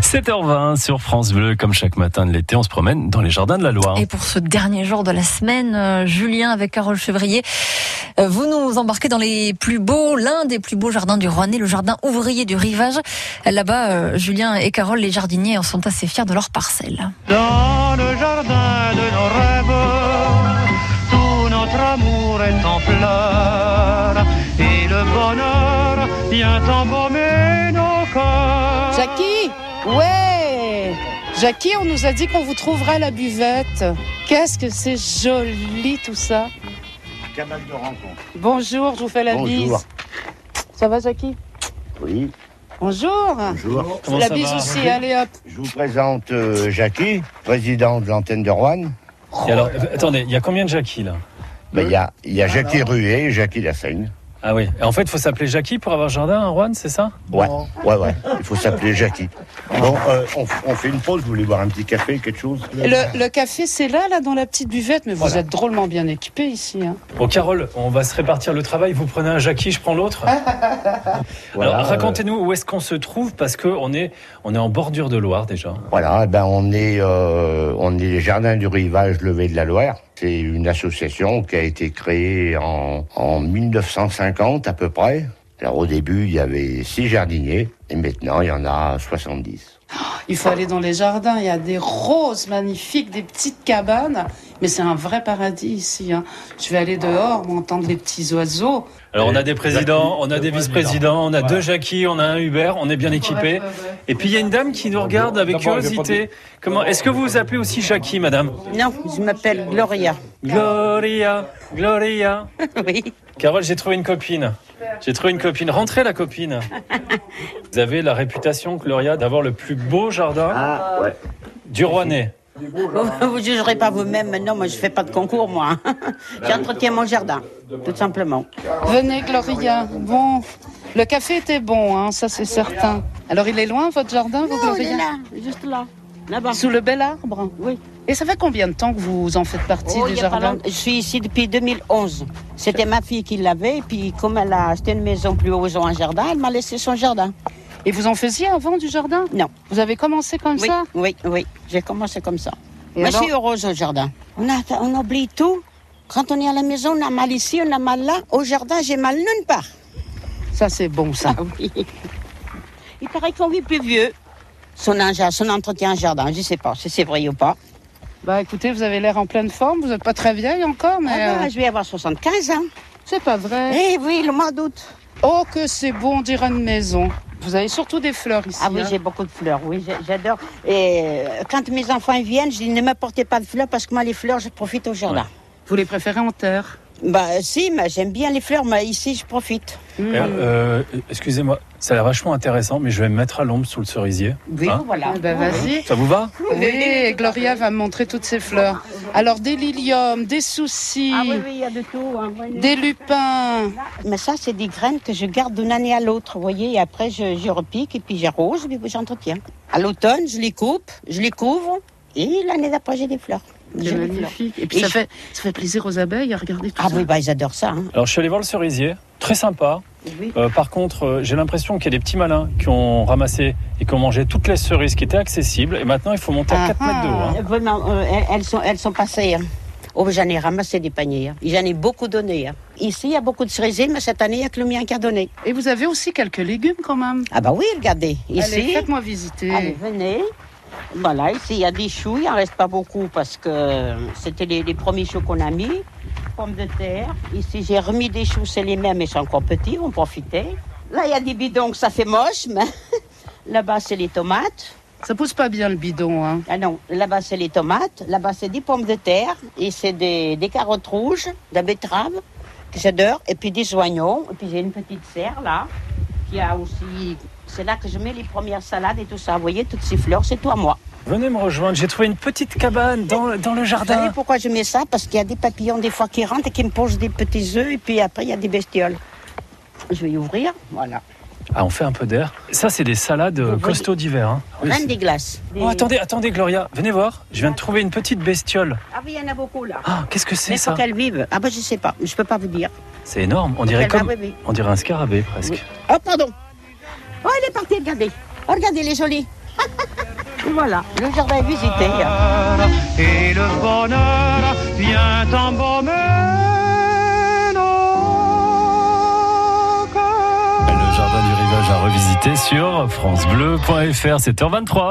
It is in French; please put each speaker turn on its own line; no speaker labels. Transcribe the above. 7h20 sur France Bleu, comme chaque matin de l'été, on se promène dans les jardins de la Loire.
Et pour ce dernier jour de la semaine, euh, Julien avec Carole Chevrier, euh, vous nous embarquez dans les plus beaux, l'un des plus beaux jardins du Rouennais, le jardin ouvrier du Rivage. Là-bas, euh, Julien et Carole, les jardiniers, en sont assez fiers de leur parcelle.
Dans le jardin de nos rêves, tout notre amour est en fleurs et le bonheur vient embaumer nos corps.
Jackie Ouais Jackie, on nous a dit qu'on vous trouverait à la buvette. Qu'est-ce que c'est joli tout ça
Cabane de rencontre.
Bonjour, je vous fais la
Bonjour.
bise. Ça va Jackie
Oui,
Bonjour
bonjour.
Comment
La
ça
bise
va
aussi, allez hop
Je vous présente euh, Jackie, président de l'antenne de Rouen.
Et alors, euh, attendez, il y a combien de Jackie là
Ben, Il y a, il y a Jackie Ruet et Jackie Lassaigne.
Ah oui, Et en fait, il faut s'appeler Jackie pour avoir jardin à Rouen, c'est ça
Ouais, ouais, ouais. Il faut s'appeler Jackie. Bon, euh, on, on fait une pause. Vous voulez boire un petit café, quelque chose
le, le café, c'est là, là, dans la petite buvette, mais vous êtes drôlement bien équipés ici. hein.
Bon, Carole, on va se répartir le travail. Vous prenez un Jackie, je prends l'autre.
Voilà,
euh,
alors, racontez-nous où est-ce qu'on se trouve parce que on est, on est en bordure de Loire déjà.
euh, voilà, eh ben on est, euh, on est les Jardins du Rivage Levé de la Loire. C'est une association qui a été créée en, en 1950 à peu près. Alors au début, il y avait six jardiniers et maintenant, il y en a 70.
Il faut aller dans les jardins, il y a des roses magnifiques, des petites cabanes, mais c'est un vrai paradis ici. hein. Je vais aller dehors, m'entendre les petits oiseaux.
Alors, on a des présidents, on a des
Jackie,
vice-présidents, on a deux Jackie, on a un Hubert, on est bien équipés. Et puis il y a une dame qui nous regarde avec
D'abord, je vais
curiosité. Comment Est-ce que vous vous appelez aussi Jackie, madame
Non, je m'appelle Gloria.
Gloria, Gloria.
Oui.
Carole, j'ai trouvé une copine. J'ai trouvé une copine. Rentrez la copine. Vous avez la réputation, Gloria, d'avoir le plus beau jardin
Ah, ouais.
du Rouennais.
Vous ne jugerez pas vous-même. Non, moi, je fais pas de concours, moi. J'entretiens mon jardin, tout simplement.
Venez, Gloria. Bon, le café était bon, hein, ça c'est certain. Alors il est loin, votre jardin, vous,
il est
Gloria
là, juste là. Là-bas.
Sous le bel arbre
Oui.
Et ça fait combien de temps que vous en faites partie
Oh,
du
il y a pas
jardin
longtemps. Je suis ici depuis 2011. C'était ma fille qui l'avait, et puis comme elle a acheté une maison plus haut, ils ont un jardin, elle m'a laissé son jardin.
Et vous en faisiez avant du jardin
Non.
Vous avez commencé comme
Oui,
ça
oui, oui. J'ai commencé comme ça.
Et
Mais
alors
je suis heureuse au jardin. On, a- on oublie tout. Quand on est à la maison, on a mal ici, on a mal là. Au jardin, j'ai mal nulle part.
Ça c'est bon ça.
Ah oui. Il paraît qu'on vit plus vieux. Son, en- son entretien en jardin, je ne sais pas si c'est vrai ou pas.
Bah écoutez, vous avez l'air en pleine forme, vous n'êtes pas très vieille encore, mais
Ah bah,
euh,
je vais avoir 75 ans.
c'est pas vrai.
Eh oui, le mois d'août.
Oh que c'est beau, on dirait une maison. Vous avez surtout des fleurs ici.
Ah oui,
hein.
j'ai beaucoup de fleurs, oui, j'ai- j'adore. Et euh, quand mes enfants viennent, je dis ne m'apportez pas de fleurs parce que moi, les fleurs, je profite au jardin.
Vous les préférez en terre
Bah euh, si, mais j'aime bien les fleurs, mais ici, je profite.
Hmm.
Euh, euh, Excusez-moi, ça a l'air vachement intéressant, mais je vais me mettre à l'ombre sous le cerisier.
Oui,
Hein
voilà.
Ah, bah, vas-y.
Ça vous va
Oui, Gloria va me montrer toutes ses fleurs. Alors des liliums, des soucis,
Ah oui, oui, il y a de tout. hein, oui.
des lupins.
Mais ça, c'est des graines que je garde d'une année à l'autre, vous voyez. Et après, je, je repique et puis j'arrose et puis j'entretiens. À l'automne, je les coupe, je les couvre et l'année d'après, j'ai des fleurs.
C'est
Jolies fleurs.
magnifique. Et puis
Et
ça
je-
fait, ça fait plaisir aux abeilles, regardez tout
Ah
ça.
oui, bah, ils adorent ça. hein.
Alors je suis allé voir le cerisier, très sympa. Euh, par contre, euh, j'ai l'impression qu'il y a des petits malins qui ont ramassé et qui ont mangé toutes les cerises qui étaient accessibles. Et maintenant, il faut monter à
Ah
4 mètres de haut. hein.
Euh, Vraiment, euh, elles, elles sont, elles sont passées. hein. Oh, j'en ai ramassé des paniers. hein. J'en ai beaucoup donné. hein. Ici, il y a beaucoup de cerisiers, mais cette année, il n'y a que le mien qui a donné.
Et vous avez aussi quelques légumes quand même.
Ah bah oui, regardez.
Allez,
Ici,
faites-moi visiter.
allez, venez. Voilà, ici, il y a des choux. Il n'en reste pas beaucoup parce que c'était les, les premiers choux qu'on a mis. Pommes de terre. Ici, j'ai remis des choux, c'est les mêmes, mais sont encore petits, on profitait. Là, il y a des bidons, que ça fait moche, mais là-bas, c'est les tomates.
Ça pousse pas bien le bidon, hein.
Ah non, là-bas c'est les tomates, là-bas c'est des pommes de terre, et c'est des, des carottes rouges, de la betterave, que j'adore, et puis des oignons, et puis j'ai une petite serre là, qui a aussi... C'est là que je mets les premières salades et tout ça. Vous voyez, toutes ces fleurs, c'est tout à moi.
Venez me rejoindre, j'ai trouvé une petite cabane dans, dans le
Vous savez
jardin.
pourquoi je mets ça Parce qu'il y a des papillons des fois qui rentrent et qui me posent des petits œufs, et puis après il y a des bestioles. Je vais y ouvrir, voilà.
Ah, on fait un peu d'air. Ça, c'est des salades euh,
Vous voyez.
costauds d'hiver. hein. Oui,
Même
c'est-
des glaces.
Oh, attendez, attendez, Gloria, venez voir. Je viens de trouver une petite bestiole.
Ah oui, il y en a beaucoup là.
Ah, qu'est-ce que c'est
Mais
ça
faut qu'elles vivent. Ah ben je sais pas, je peux pas vous dire.
C'est énorme. On dirait
Faut qu'elles-
comme,
ah, oui, oui.
on dirait un scarabée presque.
Oh, pardon. Oh, elle est partie, regardez. Oh, regardez, elle est jolie. Voilà, le jardin est visité. hein.
et le bonheur vient embaumer nos cœurs.
Le jardin du rivage à revisiter sur francebleu.fr, 7h23.